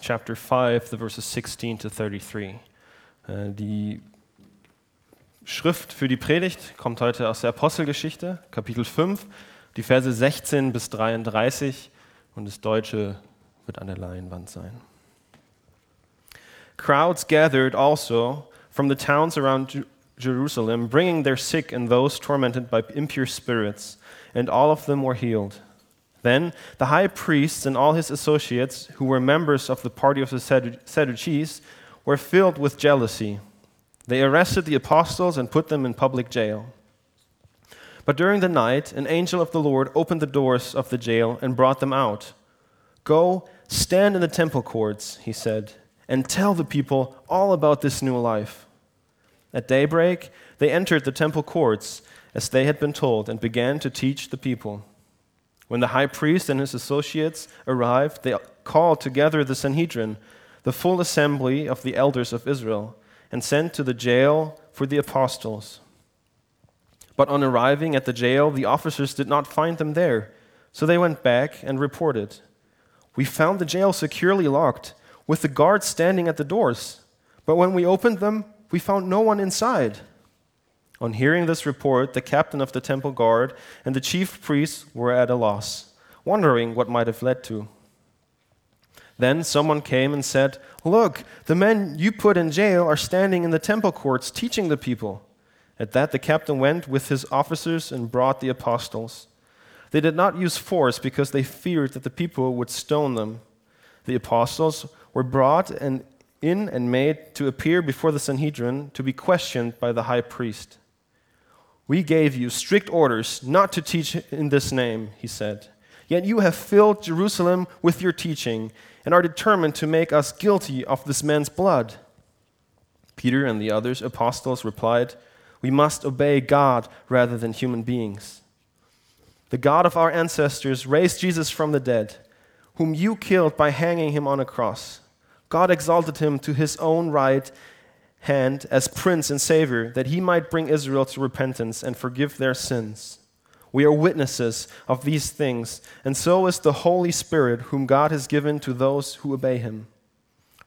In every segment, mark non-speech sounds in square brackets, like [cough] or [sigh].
chapter 5, the verses 16 to 33. Äh, Die Schrift für die Predigt kommt heute aus der Apostelgeschichte, Kapitel 5, die Verse 16 bis 33 und das Deutsche wird an der Leinwand sein. Crowds gathered also from the towns around Ju- Jerusalem, bringing their sick and those tormented by impure spirits, and all of them were healed. Then the high priests and all his associates, who were members of the party of the Saddu- Sadducees, were filled with jealousy. They arrested the apostles and put them in public jail. But during the night, an angel of the Lord opened the doors of the jail and brought them out. Go, stand in the temple courts, he said, and tell the people all about this new life. At daybreak, they entered the temple courts, as they had been told, and began to teach the people. When the high priest and his associates arrived, they called together the Sanhedrin, the full assembly of the elders of Israel, and sent to the jail for the apostles. But on arriving at the jail, the officers did not find them there, so they went back and reported. We found the jail securely locked, with the guards standing at the doors. But when we opened them, we found no one inside. On hearing this report, the captain of the temple guard and the chief priests were at a loss, wondering what might have led to. Then someone came and said, Look, the men you put in jail are standing in the temple courts teaching the people. At that, the captain went with his officers and brought the apostles. They did not use force because they feared that the people would stone them. The apostles were brought and in and made to appear before the Sanhedrin to be questioned by the high priest. We gave you strict orders not to teach in this name, he said. Yet you have filled Jerusalem with your teaching and are determined to make us guilty of this man's blood. Peter and the others apostles replied, We must obey God rather than human beings. The God of our ancestors raised Jesus from the dead, whom you killed by hanging him on a cross. God exalted him to his own right hand as prince and savior, that he might bring Israel to repentance and forgive their sins. We are witnesses of these things, and so is the Holy Spirit, whom God has given to those who obey him.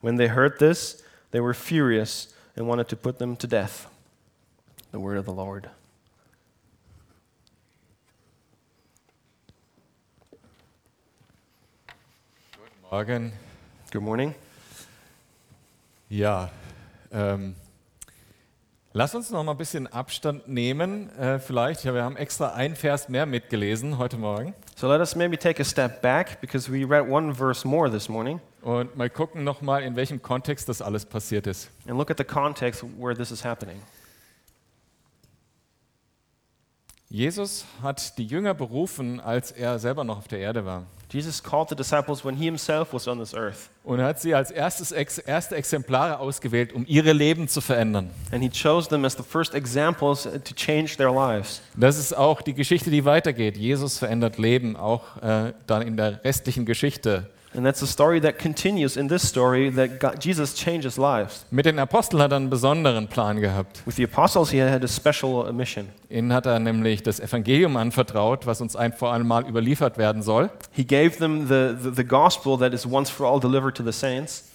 When they heard this, they were furious and wanted to put them to death. The word of the Lord. Morgen. Good morning. Ja, ähm, lass uns noch mal ein bisschen Abstand nehmen. Äh, vielleicht, ja, wir haben extra einen Vers mehr mitgelesen heute Morgen So let us maybe take a step back because we read one verse more this morning und mal gucken noch mal, in welchem Kontext das alles passiert ist. and look at the context where this is happening. Jesus hat die Jünger berufen, als er selber noch auf der Erde war. Jesus called the disciples when he himself was on this earth, Und er hat sie als erstes Ex erste Exemplare ausgewählt, um ihre Leben zu verändern. and he chose them as the first examples to change their lives. Das ist auch die Geschichte, die weitergeht. Jesus verändert Leben, auch äh, dann in der restlichen Geschichte And that's a story that continues in this story that God, Jesus changes lives. Mit den Aposteln hat er einen besonderen Plan gehabt. With the apostles, he had a special mission. Ihnen hat er nämlich das Evangelium anvertraut, was uns ein vor allem mal überliefert werden soll. He gave them the, the, the gospel that is once for all delivered to the saints,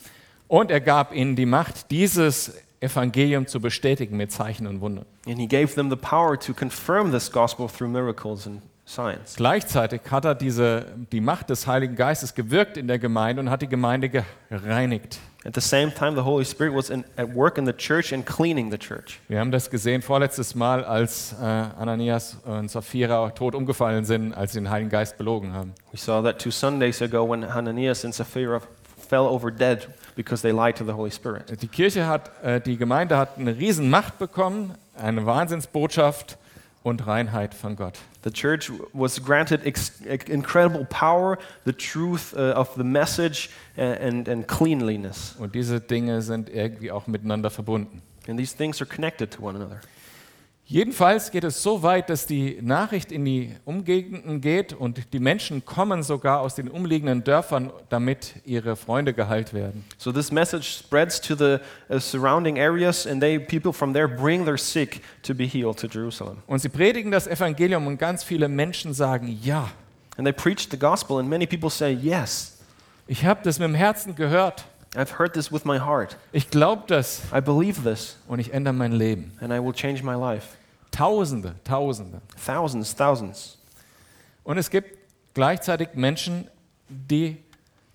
Und er gab ihnen die Macht, dieses Evangelium zu bestätigen mit Zeichen und Wundern. and he gave them the power to confirm this gospel through miracles and signs. Gleichzeitig hat er diese, die Macht des Heiligen Geistes gewirkt in der Gemeinde und hat die Gemeinde gereinigt. At the same time, the Holy Spirit was in, at work in the church and cleaning the church. Wir haben das gesehen vorletztes Mal, als äh, Ananias und Sapphira tot umgefallen sind, als sie den Heiligen Geist belogen haben. We saw that two Sundays ago when Hananias and Sapphira fell over dead because they lied to the Holy Spirit. Die Kirche hat, äh, die Gemeinde hat eine Riesenmacht bekommen, eine Wahnsinnsbotschaft und Reinheit von Gott. The church was granted ex- incredible power, the truth uh, of the message, a- and, and cleanliness. Und diese Dinge sind irgendwie auch miteinander verbunden. And these things are connected to one another. Jedenfalls geht es so weit, dass die Nachricht in die Umgegenden geht und die Menschen kommen sogar aus den umliegenden Dörfern, damit ihre Freunde geheilt werden. So this message spreads to the uh, surrounding areas, and they people from there bring their sick to be healed to Jerusalem. Und sie predigen das Evangelium und ganz viele Menschen sagen, ja, And they preached the gospel, and many people say, "Yes, ich habe das mit dem Herzen gehört. I've heard this with my heart. Ich glaube das I believe this, und ich ändere mein Leben. and I will change my life. Tausende, Tausende. Thousands, thousands. Und es gibt gleichzeitig Menschen, die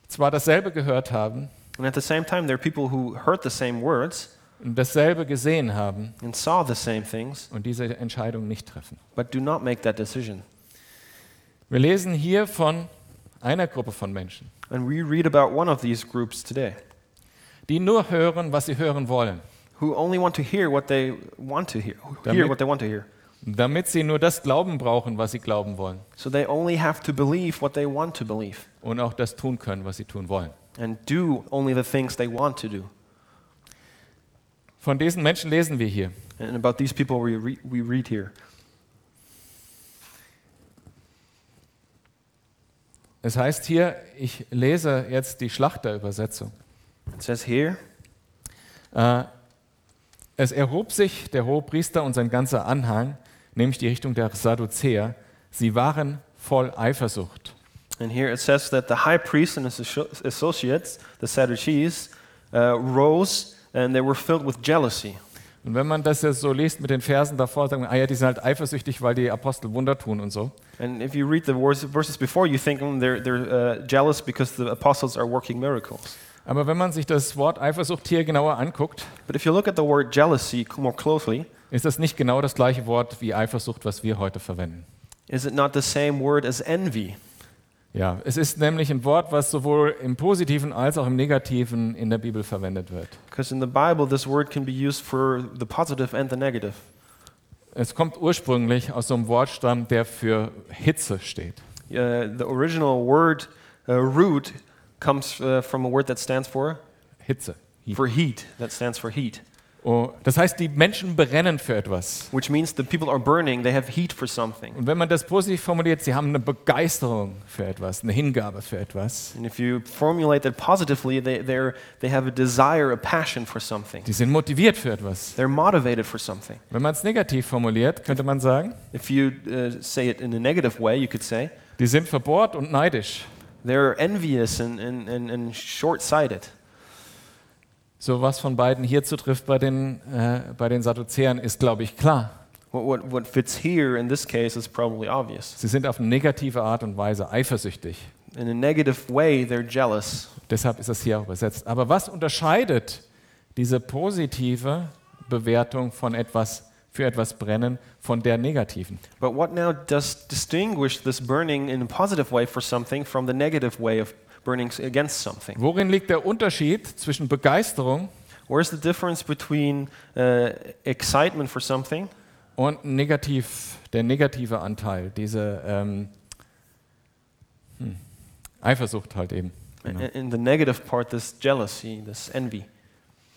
zwar dasselbe gehört haben And at the same time, there are people who heard the same words und dasselbe gesehen haben and saw the same things, und diese Entscheidung nicht treffen. but do not make that decision. Wir lesen hier von einer Gruppe von Menschen, And we read about one of these groups today die nur hören, was sie hören wollen, who only want to hear what they want to hear, hear Damit- what they want to hear. damit sie nur das Glauben brauchen, was sie glauben wollen So they only have to believe what they want to believe und auch das tun können, was sie tun wollen. and do only the things they want to do. Von diesen Menschen lesen wir hier. And about these people we, re- we read here. Es heißt hier, ich lese jetzt die Schlachterübersetzung. It says here, Äh, es erhob sich der Hohepriester und sein ganzer Anhang, nämlich die Richtung der Sadduzäer. Sie waren voll Eifersucht. and here it says that the high priest and his asso- associates, the Sadducees, uh, rose and they were filled with jealousy. Und wenn man das jetzt so liest mit den Versen davor, sagt man, ah ja, die sind halt eifersüchtig, weil die Apostel Wunder tun und so. And if you read the wors- verses before, you think "Mm, they're, they're uh, jealous because the apostles are working miracles. Aber wenn man sich das Wort Eifersucht hier genauer anguckt, But if you look at the word jealousy c- more closely, ist das nicht genau das gleiche Wort wie Eifersucht, was wir heute verwenden. is it not the same word as envy? Ja, es ist nämlich ein Wort, was sowohl im Positiven als auch im Negativen in der Bibel verwendet wird. Because in the Bible, this word can be used for the positive and the negative. Es kommt ursprünglich aus so einem Wortstamm, der für Hitze steht. Uh, the original word uh, root comes uh, from a word that stands for Hitze. for heat. That stands for heat, Oh, das heißt, die Menschen brennen für etwas. which means the people are burning. They have heat for something. Und wenn man das positiv formuliert, sie haben eine Begeisterung für etwas, eine Hingabe für etwas. And if you formulate that positively, they they're, they have a desire, a passion for something. Die sind motiviert für etwas. They're motivated for something. Wenn man es negativ formuliert, könnte man sagen, If you uh, say it in a negative way, you could say die sind verbohrt und neidisch. they're envious and, and, and, and short sighted. So was von beiden hier zutrifft bei den, äh, bei den Sadduzäern, ist, glaube ich, klar. What, what, what fits here in this case is probably obvious. Sie sind auf eine negative Art und Weise eifersüchtig. In a negative way, they're jealous. Deshalb ist das hier auch übersetzt. Aber was unterscheidet diese positive Bewertung von etwas, für etwas brennen, von der negativen? But what now does distinguish this burning in a positive way for something from the negative way of burning s- against something? Worin liegt der Unterschied zwischen Begeisterung Where's the difference between uh, excitement for something und negativ, der negative Anteil, diese ähm, hm, Eifersucht halt eben. and Genau. and the negative part, this jealousy, this envy?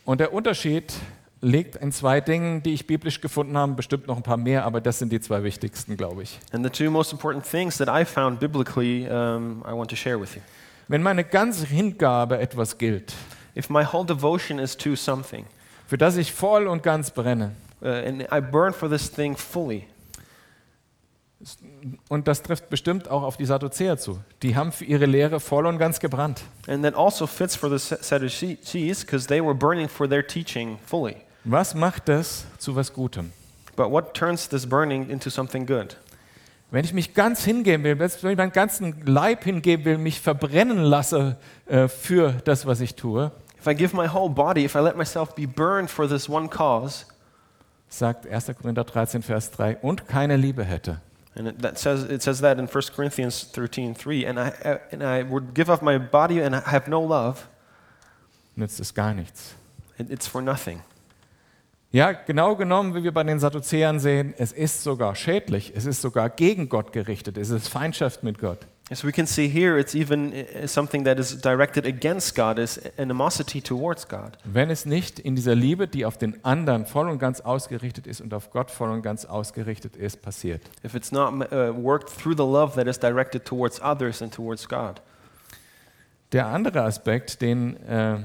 Und der Unterschied liegt in zwei Dingen, die ich biblisch gefunden habe, bestimmt noch ein paar mehr, aber das sind die zwei wichtigsten, glaube ich. And the two most important things that I found biblically, um, I want to share with you. Wenn meine ganze Hingabe etwas gilt, If my whole devotion is to something, für das ich voll und ganz brenne, uh, and I burn for this thing fully, Und das trifft bestimmt auch auf die Sadduzäer zu. Die haben für ihre Lehre voll und ganz gebrannt. and that also fits for the Sa- Sadducees because they were burning for their teaching fully. Was macht das zu was Gutem? But what turns this burning into something good? Wenn ich mich ganz hingeben will, wenn ich meinen ganzen Leib hingeben will, mich verbrennen lasse äh, für das, was ich tue, If I give my whole body, if I let myself be burned for this one cause, sagt 1. Korinther 13, Vers 3, und keine Liebe hätte, and it, that says, it says that in 1 Corinthians 13 3, and I, uh, and I would give up my body and I have no love, nützt es gar nichts. it, it's for nothing. Ja, genau genommen, wie wir bei den Sadduzäern sehen, es ist sogar schädlich, es ist sogar gegen Gott gerichtet, es ist Feindschaft mit Gott. As we can see here, it's even uh, something that is directed against God, is animosity towards God. Wenn es nicht in dieser Liebe, die auf den anderen voll und ganz ausgerichtet ist und auf Gott voll und ganz ausgerichtet ist, passiert. If it's not uh, worked through the love that is directed towards others and towards God. Der andere Aspekt, den äh,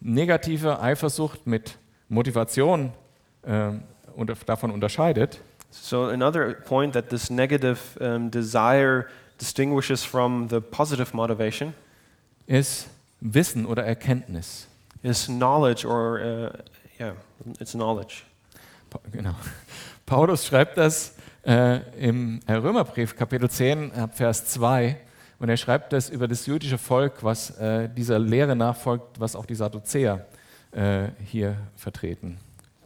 negative Eifersucht mit Motivation äh, unter- davon unterscheidet, So, another point that this negative um, desire distinguishes from the positive motivation ist Wissen oder Erkenntnis. is knowledge, or uh, yeah, it's knowledge. Pa- Genau. [laughs] Paulus schreibt das äh, im äh, Römerbrief, Kapitel 10, ab Vers 2. Und er schreibt das über das jüdische Volk, was äh, dieser Lehre nachfolgt, was auch die Sadduzäer äh, hier vertreten.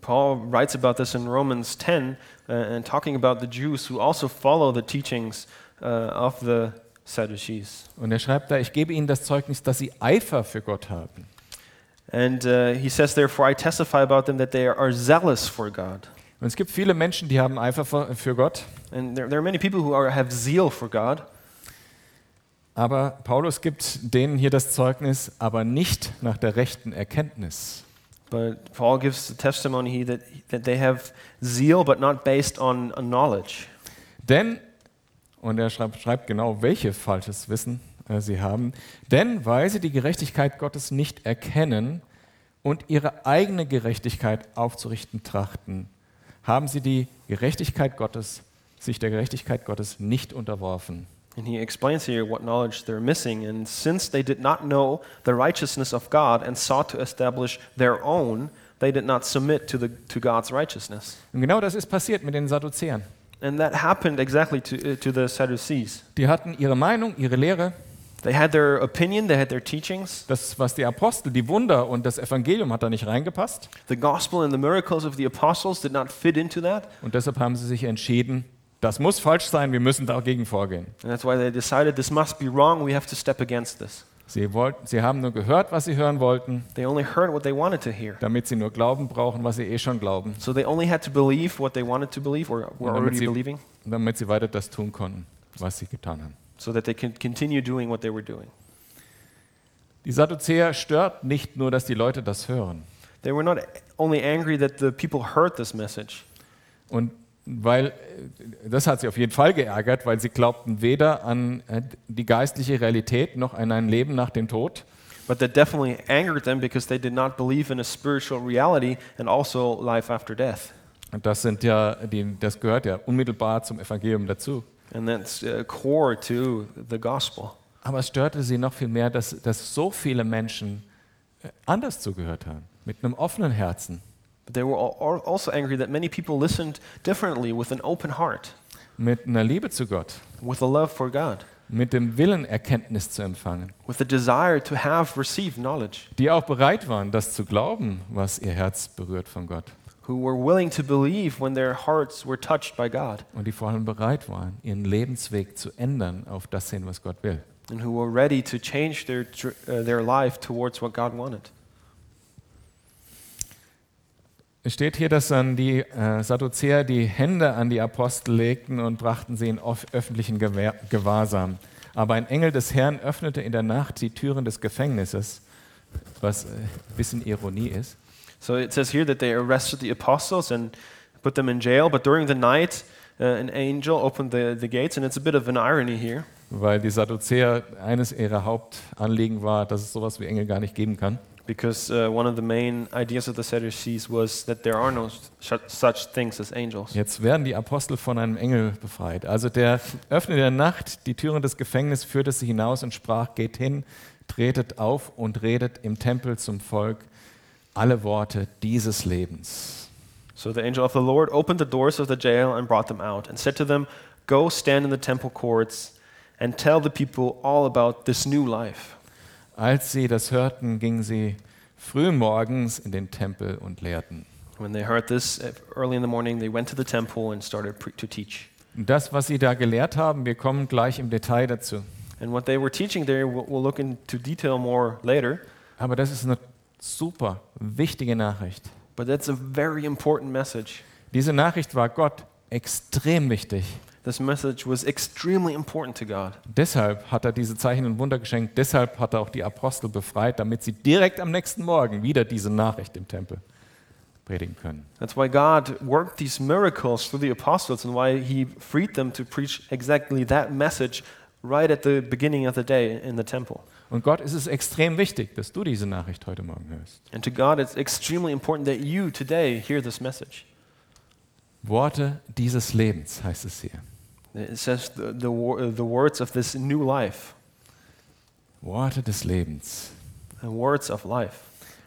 Paul writes about this in Romans 10 uh, and talking about the Jews who also follow the teachings uh, of the Sadducees. Und er schreibt da, ich gebe ihnen das Zeugnis, dass sie Eifer für Gott haben. And uh, he says, Therefore, I testify about them that they are zealous for God. Und es gibt viele Menschen, die haben Eifer vor- für Gott, And there, there are many people who are, have zeal for God, aber Paulus gibt denen hier das Zeugnis, aber nicht nach der rechten Erkenntnis. but Paul gives the testimony he- that, that they have zeal but not based on on knowledge. Denn, und er schreibt, schreibt genau, welche falsches Wissen äh, sie haben, denn weil sie die Gerechtigkeit Gottes nicht erkennen und ihre eigene Gerechtigkeit aufzurichten trachten, haben sie die Gerechtigkeit Gottes, sich der Gerechtigkeit Gottes nicht unterworfen. And he explains here what knowledge they're missing. And since they did not know the righteousness of God and sought to establish their own, they did not submit to, the, to God's righteousness. Und genau das ist passiert mit den Sadduzäern. And that happened exactly to, uh, to the Sadducees. Die hatten ihre Meinung, ihre Lehre, They had their opinion, they had their teachings. das, was die Apostel, die Wunder und das Evangelium hat da nicht reingepasst. The gospel and the miracles of the apostles did not fit into that. Und deshalb haben sie sich entschieden, das muss falsch sein, wir müssen dagegen vorgehen. And that's why they decided this must be wrong, we have to step against this. Sie, wollten, sie haben nur gehört, was sie hören wollten, They only heard what they wanted to hear. damit sie nur Glauben brauchen, was sie eh schon glauben, So they only had to believe what they wanted to believe or were Damit already sie- believing damit sie weiter das tun konnten, was sie getan haben. so that they could continue doing what they were doing. Die Sadduzäer stört nicht nur, dass die Leute das hören. They were not only angry that the people heard this message, Und weil, äh, das hat sie auf jeden Fall geärgert, weil sie glaubten weder an äh, die geistliche Realität noch an ein Leben nach dem Tod. but that definitely angered them because they did not believe in a spiritual reality and also life after death. Und das, sind ja die, das gehört ja unmittelbar zum Evangelium dazu. And that's uh, core to the gospel. Aber es störte sie noch viel mehr, dass, dass so viele Menschen äh, anders zugehört haben, mit einem offenen Herzen. But they were al- al- also angry that many people listened differently with an open heart, mit einer Liebe zu Gott, with a love for God, mit dem Willen Erkenntnis zu empfangen, with a desire to have received knowledge, die auch bereit waren, das zu glauben, was ihr Herz berührt von Gott who were willing to believe when their hearts were touched by God, und die vor allem bereit waren, ihren Lebensweg zu ändern auf das hin, was Gott will. and who were ready to change their, tr- uh, their life towards what God wanted. Es steht hier, dass dann die äh, Sadduzäer die Hände an die Apostel legten und brachten sie in off- öffentlichen Gewehr Gewahrsam. Aber ein Engel des Herrn öffnete in der Nacht die Türen des Gefängnisses, was äh, ein bisschen Ironie ist. So it says here that they arrested the apostles and put them in jail, but during the night, uh, an angel opened the, the gates, and it's a bit of an irony here weil die Sadduzäer eines ihrer Hauptanliegen war, dass es sowas wie Engel gar nicht geben kann. because uh, one of the main ideas of the Sadducees was that there are no su- such things as angels. Jetzt werden die Apostel von einem Engel befreit. Also der öffnete der Nacht die Türen des Gefängnisses, führte sie hinaus und sprach: Geht hin, tretet auf und redet im Tempel zum Volk alle Worte dieses Lebens. So the angel of the Lord opened the doors of the jail and brought them out, and said to them, Go stand in the temple courts and tell the people all about this new life. Als sie das hörten, gingen sie frühmorgens in den Tempel und lehrten. When they heard this uh, early in the morning, they went to the temple and started pre- to teach. Und das, was sie da gelehrt haben, wir kommen gleich im Detail dazu. And what they were teaching there, we'll, we'll look into detail more later. Aber das ist eine super wichtige Nachricht. But that's a very important message. Diese Nachricht war Gott extrem wichtig. This message was extremely important to God. Deshalb hat er diese Zeichen und Wunder geschenkt. Deshalb hat er auch die Apostel befreit, damit sie direkt am nächsten Morgen wieder diese Nachricht im Tempel predigen können. That's why God worked these miracles through the apostles and why he freed them to preach exactly that message right at the beginning of the day in the temple. Und Gott ist es extrem wichtig, dass du diese Nachricht heute Morgen hörst. And to God, it's extremely important that you today hear this message. Worte dieses Lebens heißt es hier. It says the, the, wor- uh, the words of this new life, Worte des Lebens. the words of life.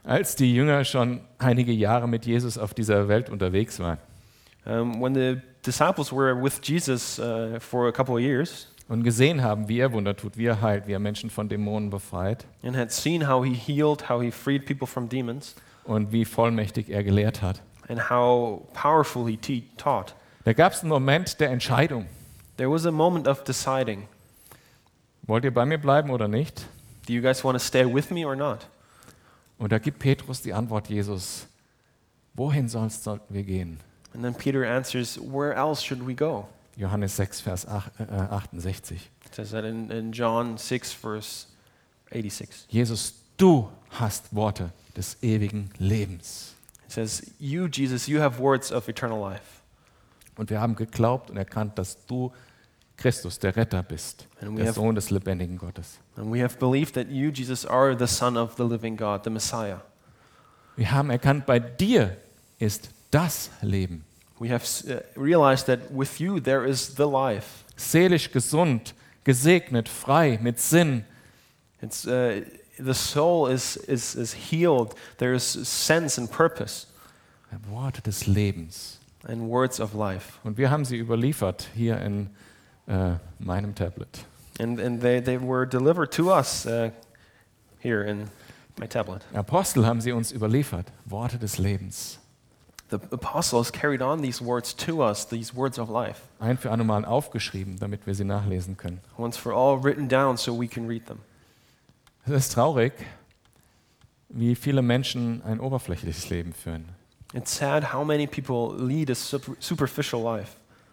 Äh, als die Jünger schon einige Jahre mit Jesus auf dieser Welt unterwegs waren. Um, when the disciples were with Jesus uh, for a couple of years und gesehen haben, wie er Wunder tut, wie er heilt, wie er Menschen von Dämonen befreit and had seen how he healed, how he freed people from demons, und wie vollmächtig er gelehrt hat. and how powerful he te- taught, Da gab es einen Moment der Entscheidung. there was a moment of deciding Wollt ihr bei mir bleiben oder nicht? do you guys want to stay with me or not? Und da gibt Petrus die Antwort Jesus. Wohin sonst sollten wir gehen? And then Peter answers, Where else should we go? Johannes 6, Vers ach- äh, 68. It says that in, in John 6, verse 86. Jesus, du hast Worte des ewigen Lebens. It says, You, Jesus, you have words of eternal life. Und wir haben geglaubt und erkannt, dass du Christus, der Retter bist, And we der have- Sohn des lebendigen Gottes. And we have believed that you, Jesus, are the Son of the living God, the Messiah. Wir haben erkannt, bei dir ist das Leben. We have uh, realized that with you there is the life. Seelisch gesund, gesegnet, frei, mit Sinn, It's, uh, the soul is, is, is healed. There is sense and purpose Worte des Lebens. and words of life. Und wir haben sie überliefert hier in äh, meinem Tablet. And, and they, they were delivered to us uh, here in my tablet. Apostel haben sie uns überliefert, Worte des Lebens. The apostles carried on these words to us, these words of life, Ein für allemal aufgeschrieben, damit wir sie nachlesen können. once for all written down so we can read them. Es ist traurig, wie viele Menschen ein oberflächliches Leben führen. It's sad how many people lead a super, superficial life.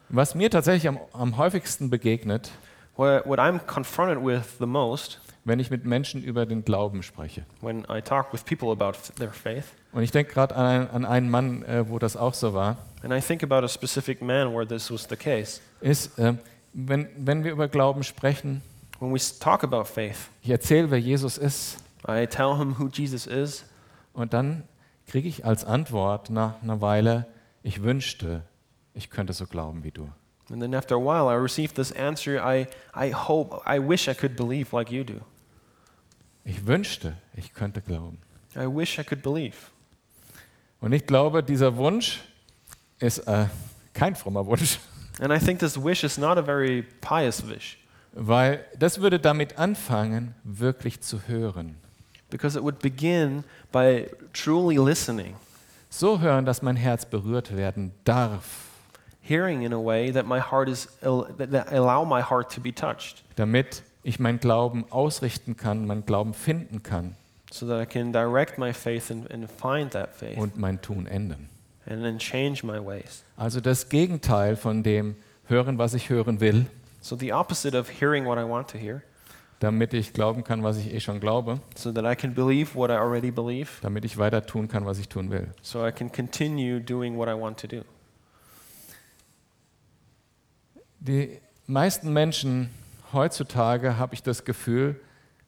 Was mir tatsächlich am, am häufigsten begegnet, What, what I'm confronted with the most wenn ich mit Menschen über den Glauben spreche. when I talk with people about f- their faith, Und ich denke gerade an, einen- an einen Mann, äh, wo das auch so war, and I think about a specific man where this was the case. ist, äh, wenn, wenn wir über Glauben sprechen, When we s- talk about faith, ich erzähle, wer Jesus ist, I tell him who Jesus is, und dann kriege ich als Antwort nach einer Weile, ich wünschte, ich könnte so glauben wie du. and then after a while I receive this answer I, I hope, I wish I could believe like you do. Ich wünschte, ich könnte glauben. I wish I could believe. Und ich glaube, dieser Wunsch ist äh, kein frommer Wunsch, [laughs] And I think this wish is not a very pious wish weil das würde damit anfangen, wirklich zu hören. because it would begin by truly listening, So hören, dass mein Herz berührt werden darf, hearing in a way that my heart is that that allow my heart to be touched damit ich meinen Glauben ausrichten kann, meinen Glauben finden kann so that I can direct my faith and, and find that faith und mein Tun ändern. and then change my ways. Also das Gegenteil von dem hören, was ich hören will, So the opposite of hearing what I want to hear damit ich glauben kann, was ich eh schon glaube, so that I can believe what I already believe damit ich weiter tun kann, was ich tun will. so I can continue doing what I want to do. Die meisten Menschen heutzutage, habe ich das Gefühl,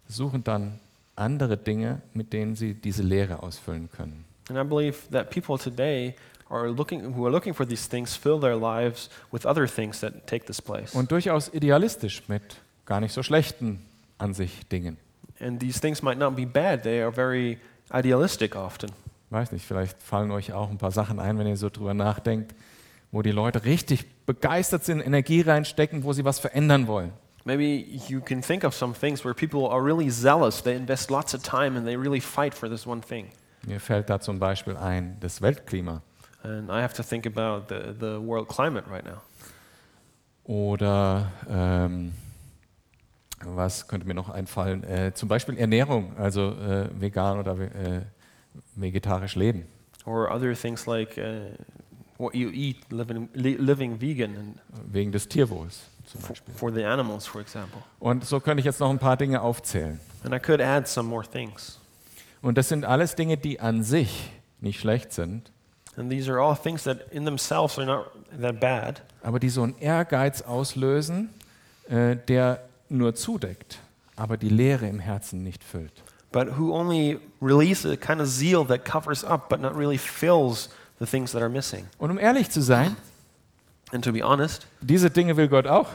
suchen dann andere Dinge, mit denen sie diese Lehre ausfüllen können. And I believe that people today are looking who are looking for these things fill their lives with other things that take this place. Und durchaus idealistisch mit gar nicht so schlechten an sich Dingen. And these things might not be bad, they are very idealistic often. Weiß nicht, vielleicht fallen euch auch ein paar Sachen ein, wenn ihr so drüber nachdenkt, wo die Leute richtig begeistert sind, Energie reinstecken, wo sie was verändern wollen. Maybe you can think of some things where people are really zealous, they invest lots of time and they really fight for this one thing. Mir fällt da zum Beispiel ein, das Weltklima And I have to think about the, the world climate right now. oder ähm, was könnte mir noch einfallen? Äh, zum Beispiel Ernährung, also äh, vegan oder ve- äh, vegetarisch leben. Or other things like uh, what you eat, living, li- living vegan, and Wegen des Tierwohls zum for, Beispiel. for the animals, for example. Und so könnte ich jetzt noch ein paar Dinge aufzählen. And I could add some more things. Und das sind alles Dinge, die an sich nicht schlecht sind, And these are all things that in themselves are not that bad, aber die so einen Ehrgeiz auslösen, äh, der nur zudeckt, aber die Leere im Herzen nicht füllt. but who only release a kind of zeal that covers up but not really fills the things that are missing. Und um ehrlich zu sein, And to be honest, diese Dinge will Gott auch.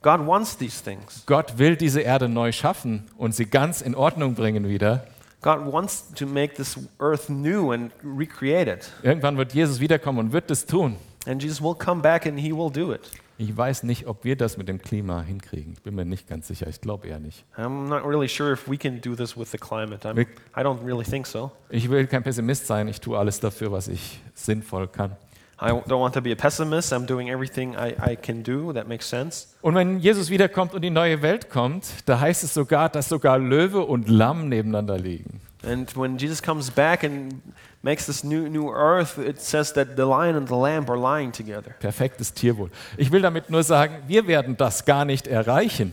God wants these things. Gott will diese Erde neu schaffen und sie ganz in Ordnung bringen wieder. God wants to make this earth new and recreate it. Irgendwann wird Jesus wiederkommen und wird es tun. And Jesus will come back and he will do it. Ich weiß nicht, ob wir das mit dem Klima hinkriegen. Ich bin mir nicht ganz sicher. Ich glaube eher nicht. I'm not really sure if we can do this with the climate. I'm, Vic- I don't really think so. Ich will kein Pessimist sein. Ich tue alles dafür, was ich sinnvoll kann. I don't want to be a pessimist. I'm doing everything I, I can do. That makes sense. Und wenn Jesus wiederkommt und die neue Welt kommt, da heißt es sogar, dass sogar Löwe und Lamm nebeneinander liegen. And when Jesus comes back and makes this new, new earth, it says that the lion and the lamb are lying together. Perfektes Tierwohl. Ich will damit nur sagen, wir werden das gar nicht erreichen.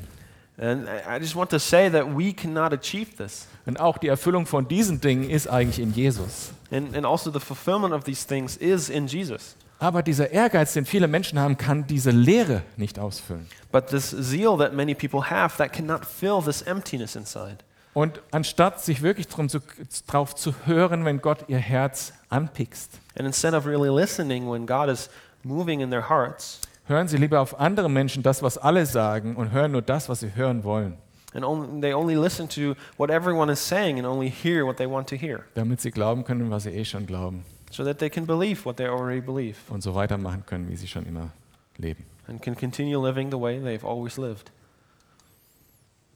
And I I just want to say that we cannot achieve this. Und auch die Erfüllung von diesen Dingen ist eigentlich in Jesus. And, and also, the fulfillment of these things is in Jesus. Aber dieser Ehrgeiz, den viele Menschen haben, kann diese Leere nicht ausfüllen. But this zeal that many people have, that cannot fill this emptiness inside. Und anstatt sich wirklich drum zu, drauf zu hören, wenn Gott ihr Herz anpickst, And instead of really listening when God is moving in their hearts, hören sie lieber auf andere Menschen das, was alle sagen und hören nur das, was sie hören wollen, and only, they only listen to what everyone is saying and only hear what they want to hear, damit sie glauben können, was sie eh schon glauben so that they can believe what they already believe und so weitermachen können, wie sie schon immer leben. and can continue living the way they've always lived.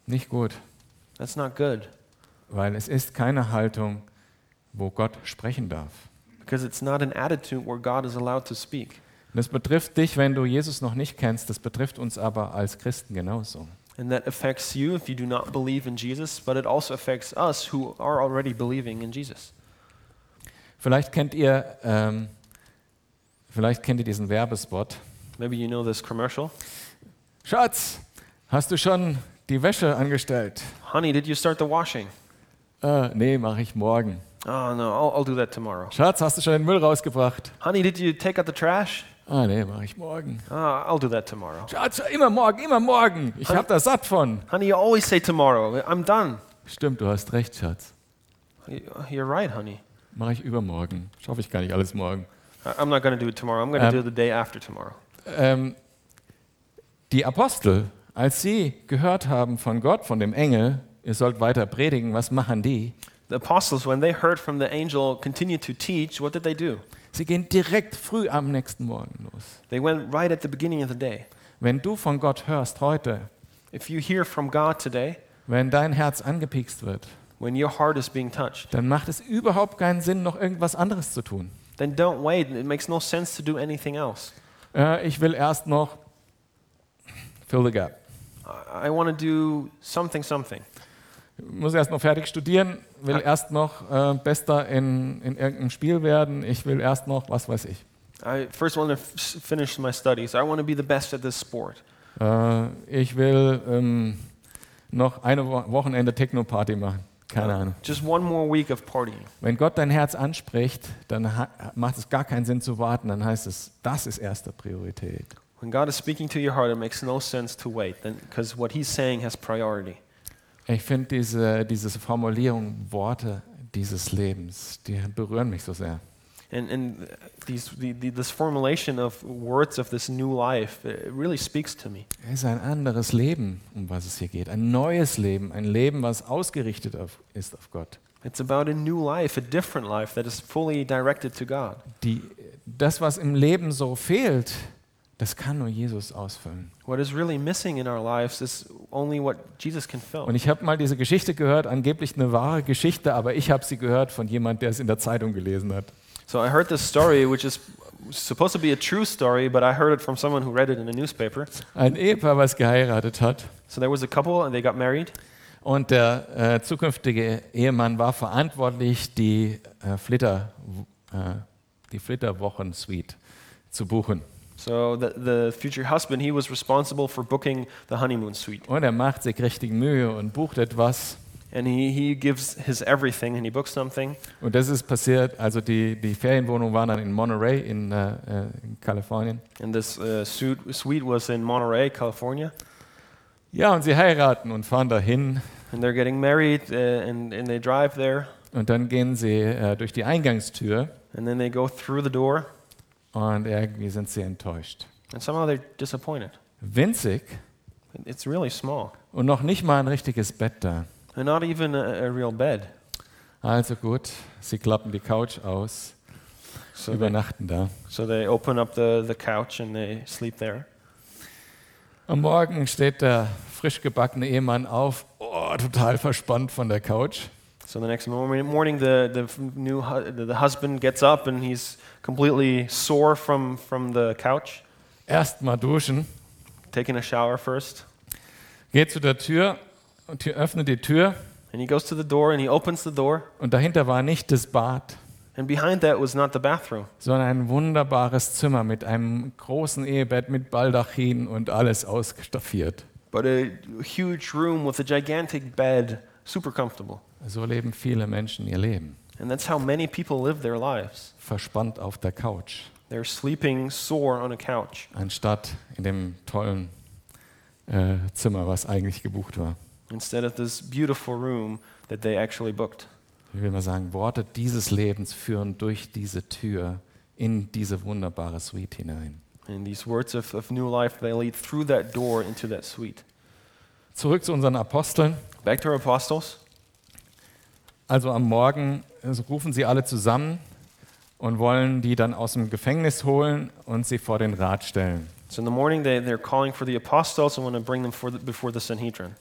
Nicht gut, That's not good weil es ist keine Haltung, wo Gott sprechen darf. because it's not an attitude where God is allowed to speak. Und Das betrifft dich, wenn du Jesus noch nicht kennst, das betrifft uns aber als Christen genauso. And that affects you if you do not believe in Jesus, but it also affects us who are already believing in Jesus. Vielleicht kennt ihr, ähm, vielleicht kennt ihr diesen Werbespot. Maybe you know this commercial. Schatz, hast du schon die Wäsche angestellt? Honey, did you start the washing? Äh, nee, mache ich morgen. Oh, no, I'll, I'll do that tomorrow. Schatz, hast du schon den Müll rausgebracht? Honey, did you take out the trash? Ah, nee, mache ich morgen. Ah, I'll do that tomorrow. Schatz, immer morgen, immer morgen. Ich hab da satt von. Honey, you always say tomorrow. I'm done. Stimmt, du hast recht, Schatz. You- You're right, honey. Mache ich übermorgen. Schaffe ich gar nicht alles morgen. I- I'm not going to do it tomorrow. I'm going to Um, do it the day after tomorrow. Ähm, die Apostel, als sie gehört haben von Gott, von dem Engel, ihr sollt weiter predigen, was machen die? The apostles, when they heard from the angel, continued to teach, what did they do? Sie gehen direkt früh am nächsten Morgen los. They went right at the beginning of the day. Wenn du von Gott hörst heute, If you hear from God today, wenn dein Herz angepikst wird, when your heart is being touched, dann macht es überhaupt keinen Sinn, noch irgendwas anderes zu tun. then don't wait. It makes no sense to do anything else. Äh, ich will erst noch fill the gap. I, I want to do something, something. muss erst noch fertig studieren, will erst noch äh, Bester in, in irgendeinem Spiel werden, ich will erst noch, was weiß ich. I first want to f- finish my studies. I want to be the best at this sport. Äh, ich will ähm, noch eine Wo Wochenende Techno-Party machen. Keine Ahnung. Uh, Just one more week of partying. Wenn Gott dein Herz anspricht, dann ha- macht es gar keinen Sinn zu warten. Dann heißt es, das ist erste Priorität. When God is speaking to your heart, it makes no sense to wait because what He's saying has priority. Ich finde diese, diese Formulierung, Worte dieses Lebens, die berühren mich so sehr. And, and these, the, the, this formulation of words of this new life, it really speaks to me. Es ist ein anderes Leben, um was es hier geht. Ein neues Leben, ein Leben, was ausgerichtet auf, ist auf Gott. It's about a new life, a different life that is fully directed to God. Die, das, was im Leben so fehlt, das kann nur Jesus ausfüllen. What is really missing in our lives is only what Jesus can fill. Und ich habe mal diese Geschichte gehört, angeblich eine wahre Geschichte, aber ich habe sie gehört von jemand, der es in der Zeitung gelesen hat. So I heard this story, which is supposed to be a true story, but I heard it from someone who read it in a newspaper. Ein Ehepaar, was geheiratet hat. So there was a couple, and they got married. Und der äh, zukünftige Ehemann war verantwortlich, die, äh, Flitter, äh, die Flitterwochen-Suite zu buchen. So the, the future husband, he was responsible for booking the honeymoon suite. Und er macht sich richtig Mühe und bucht etwas. And he, he gives his everything and he books something. Und das ist passiert, also die, die Ferienwohnung war dann in Monterey in, äh, äh, in Kalifornien. And this uh, suit, suite was in Monterey, California. Ja, und sie heiraten und fahren dahin. And they're getting married uh, and, and they drive there. Und dann gehen sie äh, durch die Eingangstür And then they go through the door. und irgendwie sind sie enttäuscht. And somehow they're disappointed. Winzig It's really small. und noch nicht mal ein richtiges Bett da. And not even a, a real bed. Also gut, sie klappen die Couch aus, So they, übernachten da. so they open up the, the couch and they sleep there. Am Morgen steht der frisch gebackene Ehemann auf, oh, total verspannt von der Couch. So the next morning, morning the, the f- new hu- the husband gets up and he's completely sore from, from the couch, Erst mal duschen, taking a shower first. geht zu der Tür, und die- öffnet die Tür And he goes to the door and he opens the door. und dahinter war nicht das Bad, And behind that was not the bathroom, sondern ein wunderbares Zimmer mit einem großen Ehebett mit Baldachin und alles ausstaffiert. but a huge room with a gigantic bed, super comfortable. So leben viele Menschen ihr Leben, And that's how many people live their lives. verspannt auf der Couch, They're sleeping sore on a couch anstatt in dem tollen äh, Zimmer, was eigentlich gebucht war. instead of this beautiful room that they actually booked. Ich will mal sagen, Worte dieses Lebens führen durch diese Tür in diese wunderbare Suite hinein. And these words of, of new life, they lead through that door into that suite. Zurück zu unseren Aposteln. Back to our apostles. Also am Morgen äh, so rufen sie alle zusammen und wollen die dann aus dem Gefängnis holen und sie vor den Rat stellen. So in the morning, they, they're calling for the apostles and want to bring them for the, before the Sanhedrin.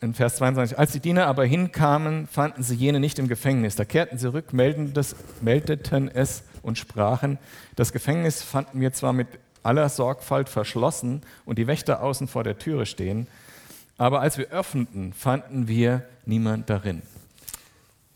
In Vers 22, als die Diener aber hinkamen, fanden sie jene nicht im Gefängnis. Da kehrten sie rück, meldeten, das, meldeten es und sprachen, das Gefängnis fanden wir zwar mit aller Sorgfalt verschlossen und die Wächter außen vor der Türe stehen, aber als wir öffneten, fanden wir niemand darin.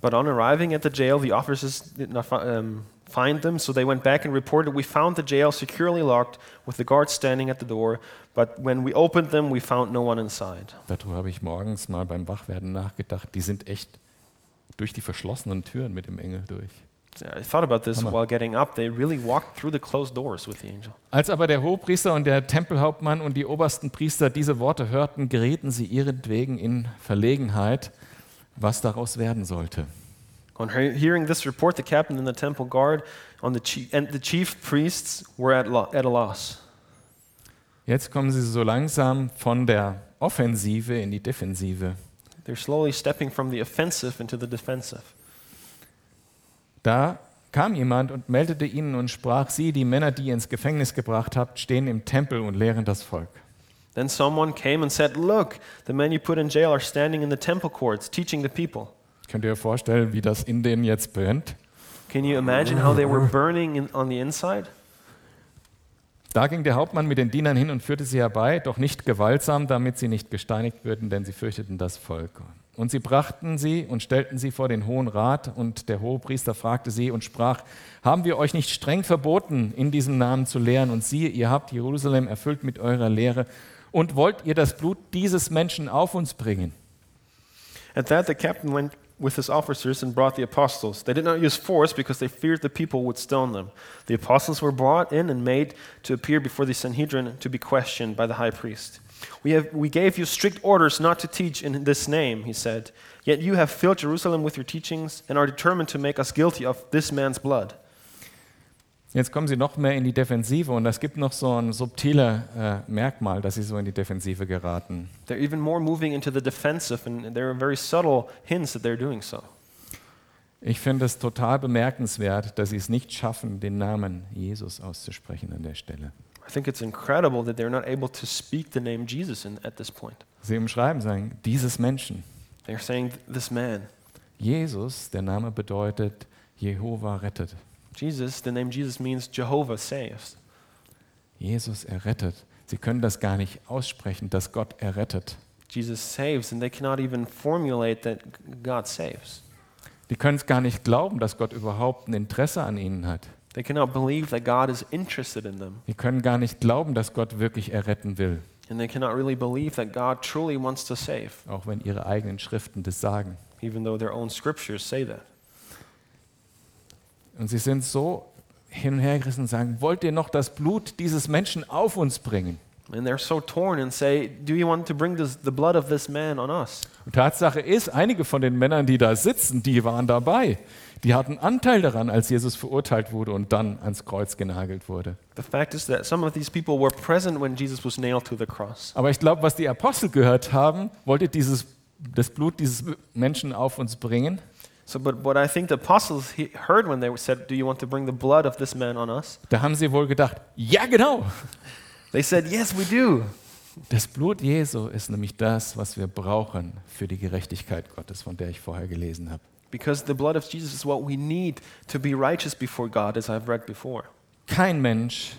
But on arriving at the jail, the officers did not fi- um, find them, so they went back and reported, We found the jail securely locked with the guards standing at the door, but when we opened them, we found no one inside. Darüber habe ich morgens mal beim Wachwerden nachgedacht. Die sind echt durch die verschlossenen Türen mit dem Engel durch. So I thought about this Hammer. while getting up. They really walked through the closed doors with the angel. Als aber der Hohepriester und der Tempelhauptmann und die obersten Priester diese Worte hörten, gerieten sie ihretwegen in Verlegenheit, was daraus werden sollte. On he- hearing this report, the captain and the temple guard on the chief, and the chief priests were at, lo- at a loss. Jetzt kommen sie so langsam von der Offensive in die Defensive. They're slowly stepping from the offensive into the defensive. Da kam jemand und meldete ihnen und sprach, sie, die Männer, die ihr ins Gefängnis gebracht habt, stehen im Tempel und lehren das Volk. Then someone came and said, Look, the men you put in jail are standing in the temple courts teaching the people. Könnt ihr euch vorstellen, wie das in denen jetzt brennt? Can you imagine how they were burning in, on the inside? Da ging der Hauptmann mit den Dienern hin und führte sie herbei, doch nicht gewaltsam, damit sie nicht gesteinigt würden, denn sie fürchteten das Volk. Und sie brachten sie und stellten sie vor den Hohen Rat, und der Hohepriester fragte sie und sprach, haben wir euch nicht streng verboten, in diesem Namen zu lehren? Und siehe, ihr habt Jerusalem erfüllt mit eurer Lehre, und wollt ihr das Blut dieses Menschen auf uns bringen? At that, the captain went with his officers and brought the apostles. They did not use force because they feared the people would stone them. The apostles were brought in and made to appear before the Sanhedrin to be questioned by the high priest. We, have, we gave you strict orders not to teach in this name, he said. Yet you have filled Jerusalem with your teachings and are determined to make us guilty of this man's blood. Jetzt kommen sie noch mehr in die Defensive, und es gibt noch so ein subtiler äh, Merkmal, dass sie so in die Defensive geraten. They're even more moving into the defensive, and there are very subtle hints that they're doing so. Ich finde es total bemerkenswert, dass sie es nicht schaffen, den Namen Jesus auszusprechen an der Stelle. I think it's incredible that they're not able to speak the name Jesus in, at this point. Sie umschreiben sagen, dieses Menschen. They're saying this man, Jesus, der Name bedeutet, Jehova rettet. Jesus, the name Jesus means Jehovah saves. Jesus errettet. Sie können das gar nicht aussprechen, dass Gott errettet. Jesus saves, and they cannot even formulate that God saves. Die können es gar nicht glauben, dass Gott überhaupt ein Interesse an ihnen hat. They cannot believe that God is interested in them, Die können gar nicht glauben, dass Gott wirklich erretten will, and they cannot really believe that God truly wants to save, auch wenn ihre eigenen Schriften das sagen. even though their own scriptures say that. Und sie sind so hin und hergerissen und sagen, wollt ihr noch das Blut dieses Menschen auf uns bringen? And they're so torn and say, Do you want to bring this, the blood of this man on us? Und Tatsache ist, einige von den Männern, die da sitzen, die waren dabei. Die hatten Anteil daran, als Jesus verurteilt wurde und dann ans Kreuz genagelt wurde. The fact is that some of these people were present when Jesus was nailed to the cross. Aber ich glaube, was die Apostel gehört haben, wollte dieses, das Blut dieses Menschen auf uns bringen. So, but what I think the apostles he heard when they said, Do you want to bring the blood of this man on us? Da haben sie wohl gedacht, ja genau, They said, Yes, we do. das Blut Jesu ist nämlich das, was wir brauchen für die Gerechtigkeit Gottes, von der ich vorher gelesen habe. Because the blood of Jesus is what we need to be righteous before God, as I've read before. Kein Mensch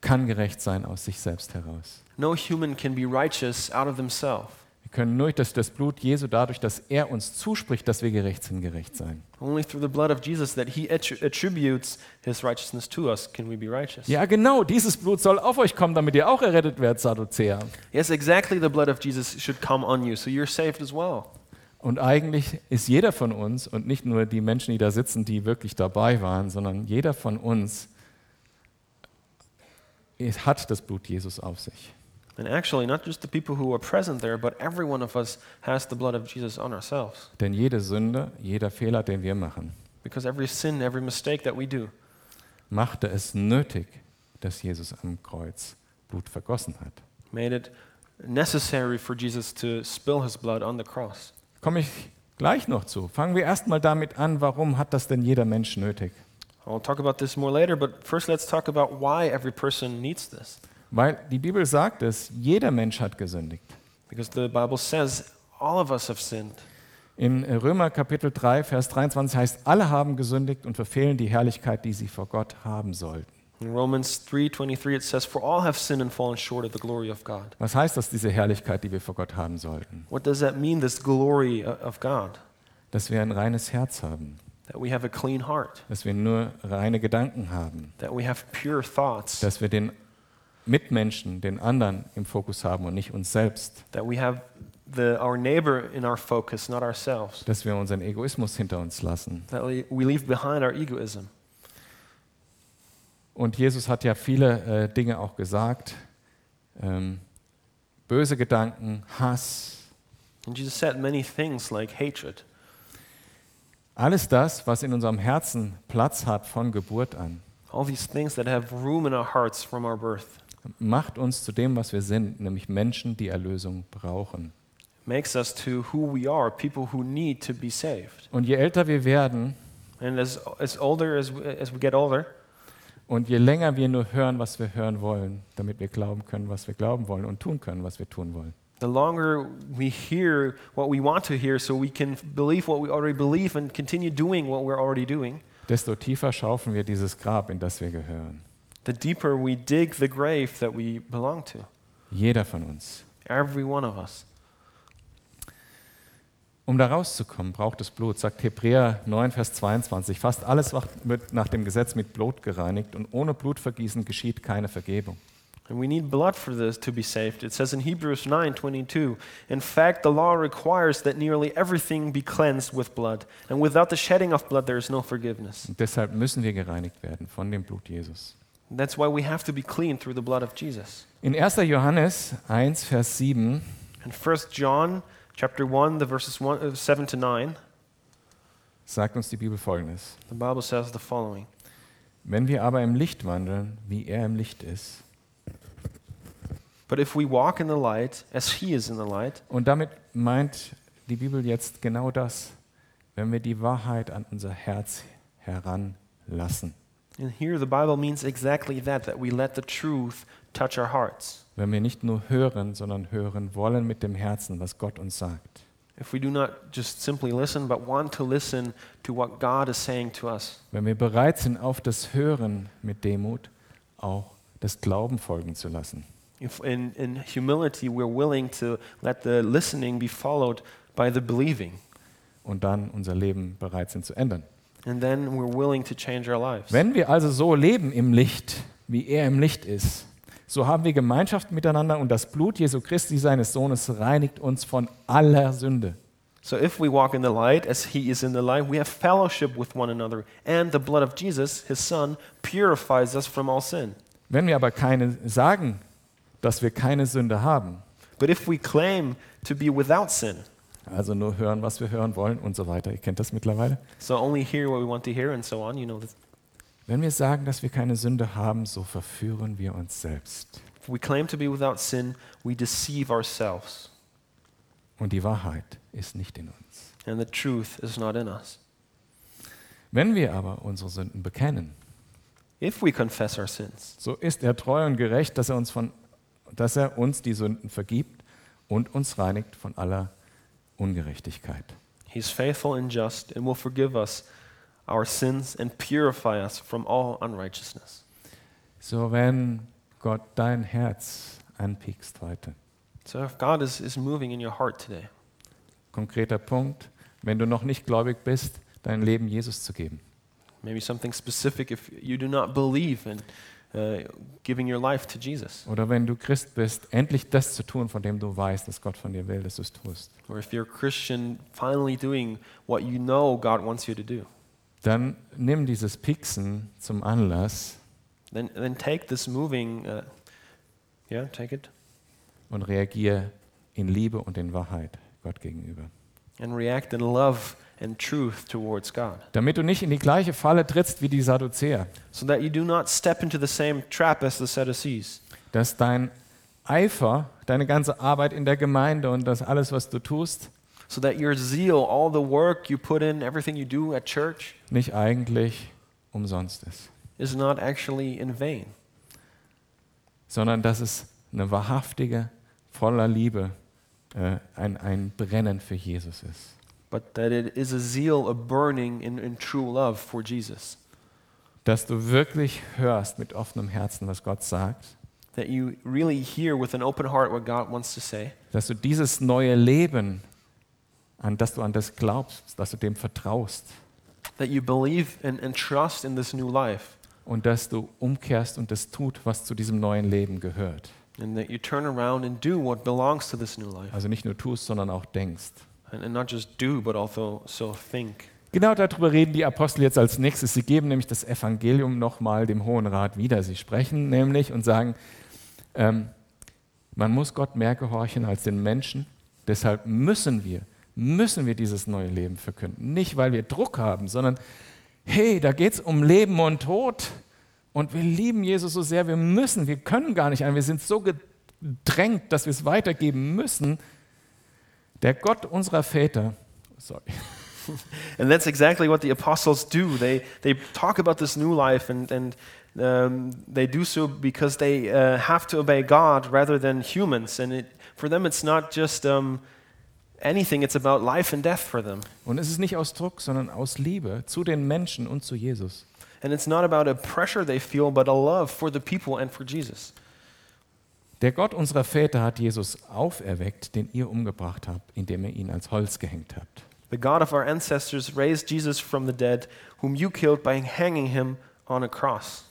kann gerecht sein aus sich selbst heraus. No human can be righteous out of themselves. Wir können nur durch das, das Blut Jesu, dadurch, dass er uns zuspricht, dass wir gerecht sind, gerecht sein. Only through the blood of Jesus that he attri- attributes his righteousness to us can we be righteous. Ja, genau, dieses Blut soll auf euch kommen, damit ihr auch errettet werdet, Sadduzäer. Yes, exactly. The blood of Jesus should come on you, so you're saved as well. Und eigentlich ist jeder von uns, und nicht nur die Menschen, die da sitzen, die wirklich dabei waren, sondern jeder von uns es hat das Blut Jesus auf sich. And actually, not just the people who are present there, but every one of us has the blood of Jesus on ourselves. Denn jede Sünde, jeder Fehler, den wir machen, Because every sin, every mistake that we do, machte es nötig, dass Jesus am Kreuz Blut vergossen hat. made it necessary for Jesus to spill his blood on the cross. Komme ich gleich noch zu. Fangen wir erstmal damit an, warum hat das denn jeder Mensch nötig? I'll talk about this more later, but first let's talk about why every person needs this. Weil die Bibel sagt es, jeder Mensch hat gesündigt. Because the Bible says all of us have sinned. In Römer Kapitel 3, Vers 23 heißt, alle haben gesündigt und verfehlen die Herrlichkeit, die sie vor Gott haben sollten. In Romans 3:23 it says for all have sinned and fallen short of the glory of God. Was heißt das, diese Herrlichkeit, die wir vor Gott haben sollten? What does that mean this glory o- of God? Dass wir ein reines Herz haben, That we have a clean heart, dass wir nur reine Gedanken haben, that we have pure thoughts, dass wir den Mitmenschen, den anderen im Fokus haben und nicht uns selbst, that we have the our neighbor in our focus, not ourselves. dass wir unseren Egoismus hinter uns lassen. That we we leave behind our egoism. Und Jesus hat ja viele äh, Dinge auch gesagt. Ähm, böse Gedanken, Hass, And Jesus said many things like hatred, Alles das, was in unserem Herzen Platz hat von Geburt an, all these things that have room in our hearts from our birth, macht uns zu dem, was wir sind, nämlich Menschen, die Erlösung brauchen. makes us to who we are, people who need to be saved. Und je älter wir werden And as as older as we, as we get older, und je länger wir nur hören, was wir hören wollen, damit wir glauben können, was wir glauben wollen und tun können, was wir tun wollen, The longer we hear what we want to hear so we can believe what we already believe and continue doing what we're already doing, desto tiefer schaufeln wir dieses Grab, in das wir gehören. the deeper we dig the grave that we belong to. Jeder von uns. Every one of us. Um da rauszukommen, braucht es Blut, sagt Hebräer 9, Vers 22. Fast alles wird nach dem Gesetz mit Blut gereinigt und ohne Blutvergießen geschieht keine Vergebung. And we need blood for this to be saved. It says in Hebrews 9:22, "In fact, the law requires that nearly everything be cleansed with blood, and without the shedding of blood there is no forgiveness." Und deshalb müssen wir gereinigt werden von dem Blut Jesus. That's why we have to be clean through the blood of Jesus. In 1. Johannes 1, Vers 7 In 1 John chapter 1, the verses 1, uh, 7 to 9, sagt uns die Bibel folgendes. the Bible says the following: Wenn wir aber im Licht wandeln, wie er im Licht ist, But if we walk in the light, as he is in the light, und damit meint die Bibel jetzt genau das, wenn wir die Wahrheit an unser Herz heranlassen, and here the Bible means exactly that, that we let the truth touch our hearts. wenn wir nicht nur hören, sondern hören wollen mit dem Herzen, was Gott uns sagt. If we do not just simply listen, but want to listen to what God is saying to us, Wenn wir bereit sind, auf das Hören mit Demut auch das Glauben folgen zu lassen. if in, in humility we're willing to let the listening be followed by the believing, und dann unser Leben bereit sind zu ändern. and then we're willing to change our lives. Wenn wir also so leben im Licht, wie er im Licht ist, so haben wir Gemeinschaft miteinander und das Blut Jesu Christi seines Sohnes reinigt uns von aller Sünde. So if we walk in the light, as he is in the light, we have fellowship with one another, and the blood of Jesus, his son, purifies us from all sin. Wenn wir aber keine sagen, dass wir keine Sünde haben, But if we claim to be without sin, also nur hören, was wir hören wollen und so weiter, ihr kennt das mittlerweile. so only hear what we want to hear and so on, you know, this- Wenn wir sagen, dass wir keine Sünde haben, so verführen wir uns selbst. if we claim to be without sin, we deceive ourselves, Und die Wahrheit ist nicht in uns. and the truth is not in us. Wenn wir aber unsere Sünden bekennen, If we confess our sins, so ist er treu und gerecht, dass er uns, von, dass er uns die Sünden vergibt und uns reinigt von aller Ungerechtigkeit. He's faithful and just and will forgive us our sins and purify us from all unrighteousness. So, wenn Gott dein Herz anpiekst heute, So if God is, is moving in your heart today, konkreter Punkt, wenn du noch nicht gläubig bist, dein Leben Jesus zu geben. maybe something specific if you do not believe in uh, giving your life to Jesus, Oder wenn du Christ bist, endlich das zu tun, von dem du weißt, dass Gott von dir will, dass du es tust. or if you're a Christian finally doing what you know God wants you to do, Dann nimm dieses Pieksen zum Anlass then, then take this moving, uh, yeah, take it, und reagier in Liebe und in Wahrheit Gott gegenüber. and react in love and truth towards God. Damit du nicht in die gleiche Falle trittst wie die Sadduzäer, So that you do not step into the same trap as the Sadducees, dass dein Eifer, deine ganze Arbeit in der Gemeinde und das alles, was du tust, so that your zeal, all the work you put in, everything you do at church, nicht eigentlich umsonst ist, is not actually in vain. sondern dass es eine wahrhaftige, voller Liebe, äh, ein, ein Brennen für Jesus ist. but that it is a zeal, a burning in, in true love for Jesus. dass du wirklich hörst mit offenem Herzen, was Gott sagt, That you really hear with an open heart what God wants to say, dass du dieses neue Leben, an das du an das glaubst, dass du dem vertraust that you believe and, and trust in this new life, und dass du umkehrst und das tut, was zu diesem neuen Leben gehört. and that you turn around and do what belongs to this new life, Also nicht nur tust, sondern auch denkst. and, and not just do, but also so think. Genau darüber reden die Apostel jetzt als nächstes. Sie geben nämlich das Evangelium nochmal dem Hohen Rat wieder. Sie sprechen nämlich und sagen, ähm, man muss Gott mehr gehorchen als den Menschen. Deshalb müssen wir, müssen wir dieses neue Leben verkünden. Nicht, weil wir Druck haben, sondern hey, da geht es um Leben und Tod. Und wir lieben Jesus so sehr, wir müssen, wir können gar nicht an, wir sind so gedrängt, dass wir es weitergeben müssen. Der Gott unserer Väter, sorry, And that's exactly what the apostles do. They, they talk about this new life, and, and um, they do so because they uh, have to obey God rather than humans. And it, for them, it's not just um, anything, it's about life and death for them. Und es ist nicht aus Druck, sondern aus Liebe zu den Menschen und zu Jesus. And it's not about a pressure they feel, but a love for the people and for Jesus. Der Gott unserer Väter hat Jesus auferweckt, den ihr umgebracht habt, indem ihr ihn als Holz gehängt habt. The God of our ancestors raised Jesus from the dead, whom you killed by hanging him on a cross.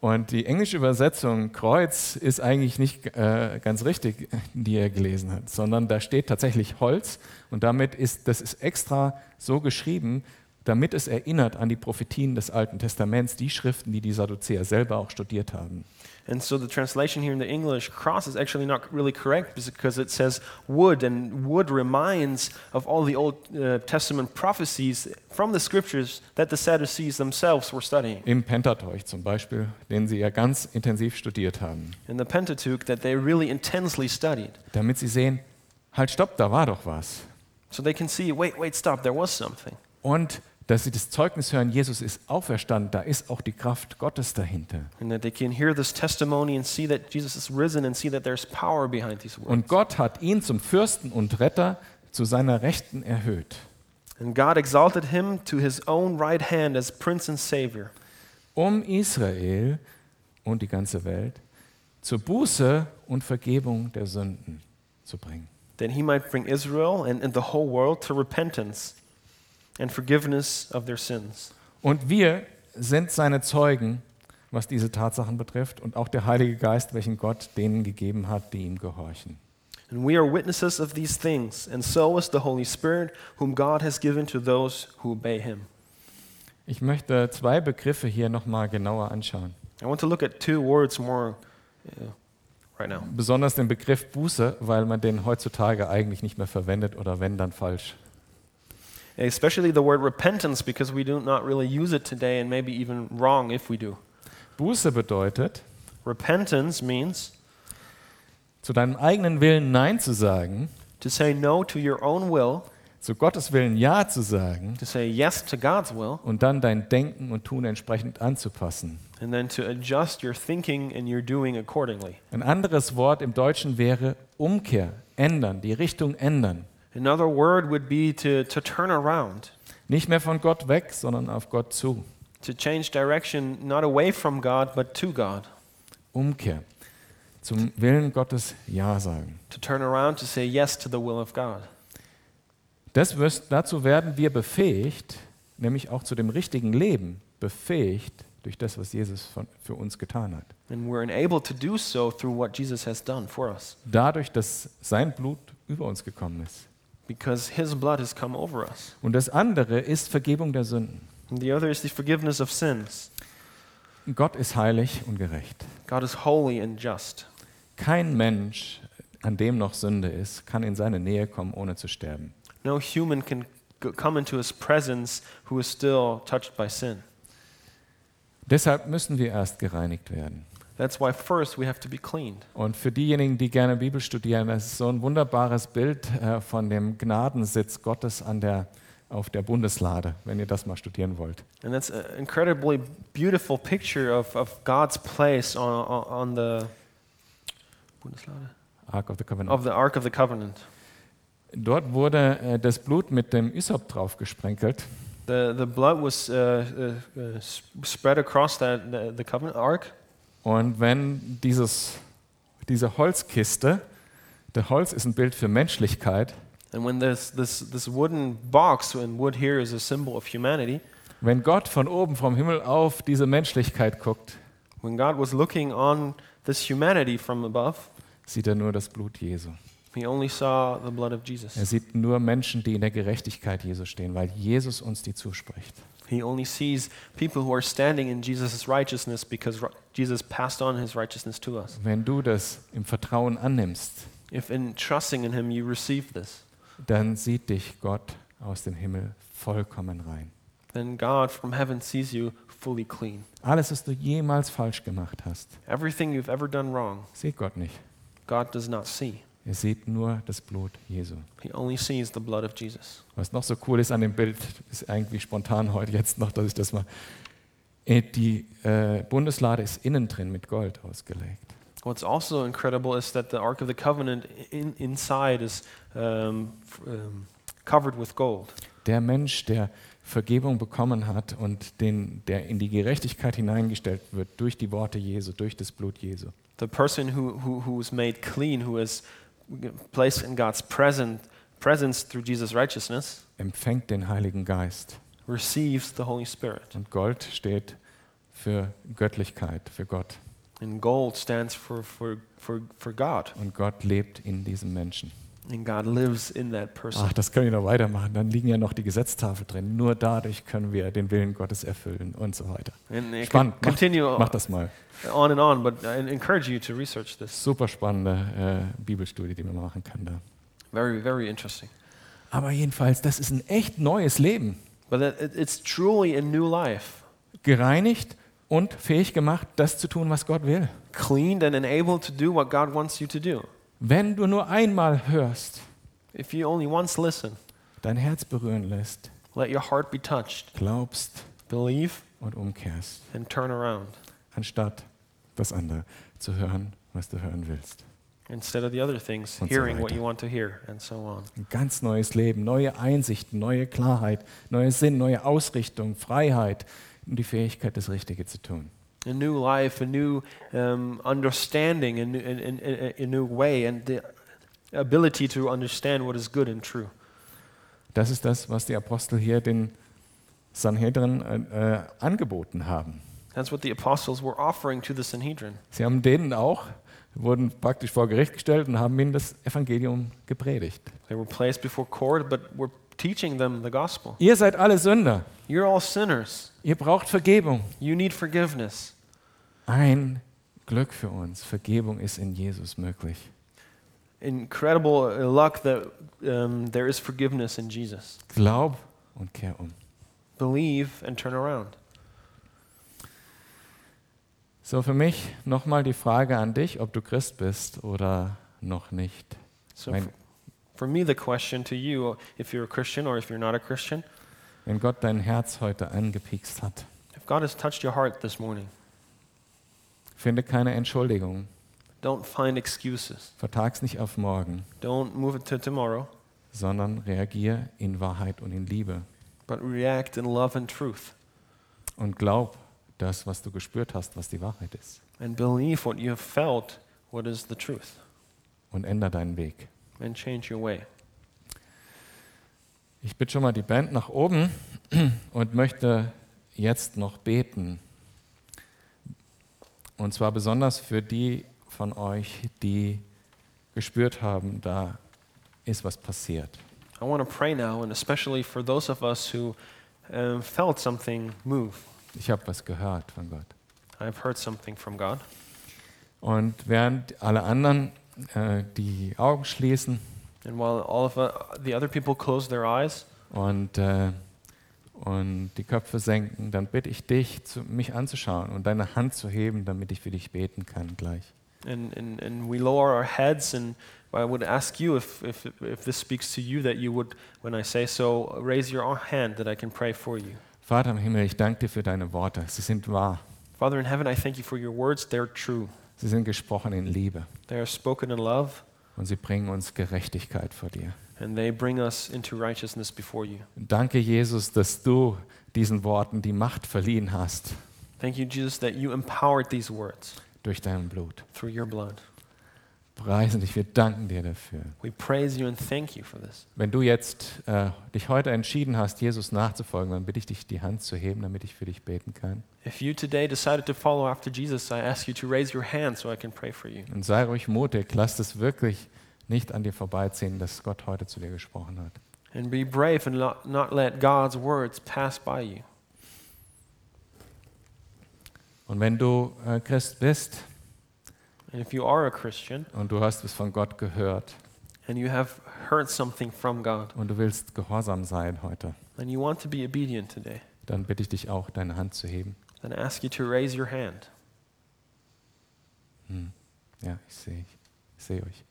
Und die englische Übersetzung Kreuz ist eigentlich nicht äh, ganz richtig, die er gelesen hat, sondern da steht tatsächlich Holz und damit ist das ist extra so geschrieben, damit es erinnert an die Prophetien des Alten Testaments, die Schriften, die die Sadduzäer selber auch studiert haben. And so the translation here in the English cross is actually not really correct because it says wood, and wood reminds of all the Old uh, Testament prophecies from the scriptures that the Sadducees themselves were studying. Im Pentateuch zum Beispiel, den sie ja ganz intensiv studiert haben. In the Pentateuch that they really intensely studied. damit sie sehen, halt stopp, da war doch was. So they can see wait, wait, stop, there was something. Und dass sie das Zeugnis hören, Jesus ist auferstanden, da ist auch die Kraft Gottes dahinter. And that they can hear this testimony and see that Jesus is risen and see that there's power behind these words. Und Gott hat ihn zum Fürsten und Retter zu seiner Rechten erhöht. And God exalted him to his own right hand as prince and savior, um Israel und die ganze Welt zur Buße und Vergebung der Sünden zu bringen. that he might bring Israel and, and the whole world to repentance and forgiveness of their sins. Und wir sind seine Zeugen, was diese Tatsachen betrifft, und auch der Heilige Geist, welchen Gott denen gegeben hat, die ihm gehorchen. And we are witnesses of these things, and so is the Holy Spirit, whom God has given to those who obey him. Ich möchte zwei Begriffe hier nochmal genauer anschauen. I want to look at two words more uh, right now. Besonders den Begriff Buße, weil man den heutzutage eigentlich nicht mehr verwendet oder wenn, dann falsch. Especially the word repentance, because we do not really use it today, and maybe even wrong if we do. Buße bedeutet, Repentance means zu deinem eigenen Willen Nein zu sagen, to say no to your own will zu Gottes Willen Ja zu sagen to say yes to God's will, und dann dein Denken und Tun entsprechend anzupassen. and then to adjust your thinking and your doing accordingly. Ein anderes Wort im Deutschen wäre Umkehr, ändern, die Richtung ändern. Another word would be to, to turn around, Nicht mehr von Gott weg, sondern auf Gott zu. to change direction, not away from God, but to God. Umkehr. Zum Willen Gottes Ja sagen. To turn around to say yes to the will of God. Das wirst, dazu werden wir befähigt, nämlich auch zu dem richtigen Leben befähigt durch das, was Jesus von, für uns getan hat. And we're enabled to do so through what Jesus has done for us, Dadurch, dass sein Blut über uns gekommen ist. because his blood has come over us. Und das andere ist Vergebung der Sünden. And the other is the forgiveness of sins. Gott ist heilig und gerecht. God is holy and just. Kein Mensch, an dem noch Sünde ist, kann in seine Nähe kommen, ohne zu sterben. No human can g- come into his presence who is still touched by sin. Deshalb müssen wir erst gereinigt werden. That's why first we have to be cleaned. Und für diejenigen, die gerne Bibel studieren, das ist so ein wunderbares Bild äh, von dem Gnadensitz Gottes an der, auf der Bundeslade, wenn ihr das mal studieren wollt. And that's an incredibly beautiful picture of, of God's place on, on, on the Bundeslade? Ark of the Covenant. of the Ark of the Covenant. Dort wurde äh, das Blut mit dem Ysop draufgesprenkelt The, the blood was uh, uh, uh, s- spread across that, the, the covenant ark. und wenn dieses, diese Holzkiste, der Holz ist ein Bild für Menschlichkeit, And when this, this, this wooden box, and wood here is a symbol of humanity, wenn Gott von oben vom Himmel auf diese Menschlichkeit guckt, when God was looking on this humanity from above, sieht er nur das Blut Jesu. he only saw the blood of Er Jesus. sieht nur Menschen, die in der Gerechtigkeit Jesu stehen, weil Jesus uns die zuspricht. He only sees people who are standing in Jesus' righteousness because ri- Jesus passed on his righteousness to us. Wenn du das im Vertrauen annimmst, If in trusting in him you receive this, dann sieht dich Gott aus dem Himmel vollkommen rein. then God from heaven sees you fully clean. Alles, was du jemals falsch gemacht hast, Everything you've ever done wrong, sieht Gott nicht. God does not see. Er sieht nur das Blut Jesu. He only sees the blood of Jesus. Was noch so cool ist an dem Bild, ist eigentlich spontan heute jetzt noch, dass ich das mal. Äh, Die äh, Bundeslade ist innen drin mit Gold ausgelegt. What's also incredible is that the Ark of the Covenant in, inside is um, f- um, covered with gold. Der Mensch, der Vergebung bekommen hat und den, der in die Gerechtigkeit hineingestellt wird durch die Worte Jesu, durch das Blut Jesu, The person who, who, who is made clean, who is placed in God's present, presence through Jesus' righteousness, empfängt den Heiligen Geist. receives the Holy Spirit. Und Gold steht für Göttlichkeit, für Gott. And gold stands for, for, for, for God. Und Gott lebt in diesem Menschen. And God lives in that person. Ach, das können wir noch weitermachen. Dann liegen ja noch die Gesetztafel drin. Nur dadurch können wir den Willen Gottes erfüllen und so weiter. And it can Spannend. Mach, continue mach das mal. on and on, but I encourage you to research this. Super spannende äh, Bibelstudie, die man machen kann da. Very, very interesting. Aber jedenfalls, das ist ein echt neues Leben. But it, it- it's truly a new life, Gereinigt und fähig gemacht, das zu tun, was Gott will. cleaned and enabled to do what God wants you to do. Wenn du nur einmal hörst, If you only once listen, dein Herz berühren lässt, let your heart be touched, glaubst believe, und umkehrst, and turn around anstatt das andere zu hören, was du hören willst. instead of the other things, Und so hearing what weiter. you want to hear, and so on. Ein ganz neues Leben, neue Einsichten, neue Klarheit, neuer Sinn, neue Ausrichtung, Freiheit und die Fähigkeit, das Richtige zu tun. A new life, a new um, understanding, a new, a, a- a- a new way, and the ability to understand what is good and true. Das ist das, was die Apostel hier den Sanhedrin äh, äh, angeboten haben. That's what the apostles were offering to the Sanhedrin. Sie haben denen auch, wurden praktisch vor Gericht gestellt und haben ihnen das Evangelium gepredigt. They were placed before court, but were teaching them the gospel. Ihr seid alle Sünder, You're all sinners. ihr braucht Vergebung. You need forgiveness. Ein Glück für uns, Vergebung ist in Jesus möglich. Incredible uh, luck that um, there is forgiveness in Jesus. Glaub und kehr um. Believe and turn around. So, für mich nochmal die Frage an dich, ob du Christ bist oder noch nicht. So, Mein- f- For me, the question to you, if you're a Christian or if you're not a Christian, Wenn Gott dein Herz heute angepikst hat, if God has touched your heart this morning, finde keine Entschuldigung. don't find excuses. Vertag's nicht auf morgen, Don't move it to tomorrow, sondern reagier in Wahrheit und in Liebe. but react in love and truth Und glaub das, was du gespürt hast, was die Wahrheit ist. and believe what you have felt, what is the truth, Und änder deinen Weg. and change your way. Ich bitte schon mal die Band nach oben [clears throat] und möchte jetzt noch beten. Und zwar besonders für die von euch, die gespürt haben, da ist was passiert. I want to pray now, and especially for those of us who um, felt something move. Ich habe was gehört von Gott. I've heard something from God. Und während alle anderen äh, die Augen schließen And while all of uh, the other people close their eyes und, äh, und die Köpfe senken, dann bitte ich dich, zu, mich anzuschauen und deine Hand zu heben, damit ich für dich beten kann gleich. and, and, and we lower our heads, and I would ask you if, if, if this speaks to you that you would, when I say so, raise your hand that I can pray for you. Vater im Himmel, ich danke dir für deine Worte. Sie sind wahr. Father in heaven, I thank you for your words. They're true, Sie sind gesprochen in Liebe they are spoken in love, und sie bringen uns Gerechtigkeit vor dir. and they bring us into righteousness before you. Danke, Jesus, dass du diesen Worten die Macht verliehen hast Thank you, Jesus, that you empowered these words durch dein Blut. through your blood. Preisen dich, wir danken dir dafür. We praise you and thank you for this. Wenn du jetzt äh, dich heute entschieden hast, Jesus nachzufolgen, dann bitte ich dich, die Hand zu heben, damit ich für dich beten kann. If you today decided to follow after Jesus, I ask you to raise your hand so I can pray for you. Und sei ruhig mutig, lass es wirklich nicht an dir vorbeiziehen, dass Gott heute zu dir gesprochen hat. And be brave and not, not let God's words pass by you. Und wenn du äh, Christ bist And if you are a Christian und du hast es von Gott gehört and you have heard something from God und du willst gehorsam sein heute, and you want to be obedient today, dann bitte ich dich auch, deine Hand zu heben. then I ask you to raise your hand. Hm. Ja, ich sehe ich sehe euch.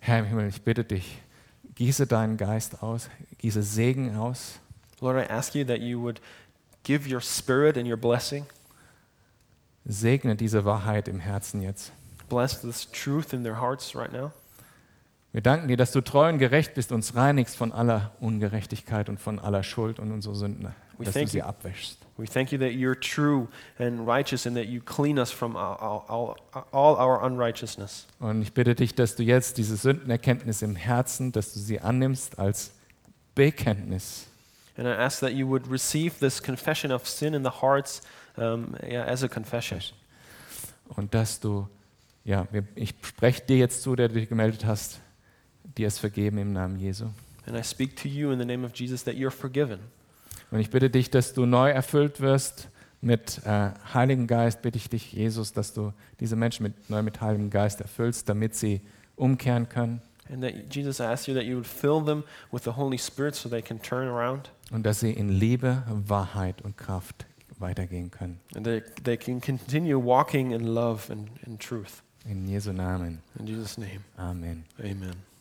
Herr im Himmel, ich bitte dich, gieße deinen Geist aus, gieße Segen aus Lord, I ask you that you would give your spirit and your blessing, Segne diese Wahrheit im Herzen jetzt. bless this truth in their hearts right now. Wir danken dir, dass du treu und gerecht bist, uns reinigst von aller Ungerechtigkeit und von aller Schuld und unsere Sünden, We dass du thank sie you. abwäschst. We thank you that you're true and righteous and that you clean us from all, all, all our unrighteousness. Und ich bitte dich, dass du jetzt diese Sündenerkenntnis im Herzen, dass du sie annimmst als Bekenntnis And I ask that you would receive this confession of sin in the hearts um, yeah, as a confession. und dass du, ja, wir, ich spreche dir jetzt zu, der du dich gemeldet hast, dir es vergeben im Namen Jesu. And I speak to you in the name of Jesus that you're forgiven. Und ich bitte dich, dass du neu erfüllt wirst mit äh, Heiligen Geist. Bitte ich dich, Jesus, dass du diese Menschen mit, neu mit Heiligem Geist erfüllst, damit sie umkehren können And that, Jesus, I ask you that you would fill them with the Holy Spirit so they can turn around und dass sie in Liebe, Wahrheit und Kraft weitergehen können. and they, they can continue walking in love and, and truth. In Jesu Namen. In Jesus' name, Amen. amen.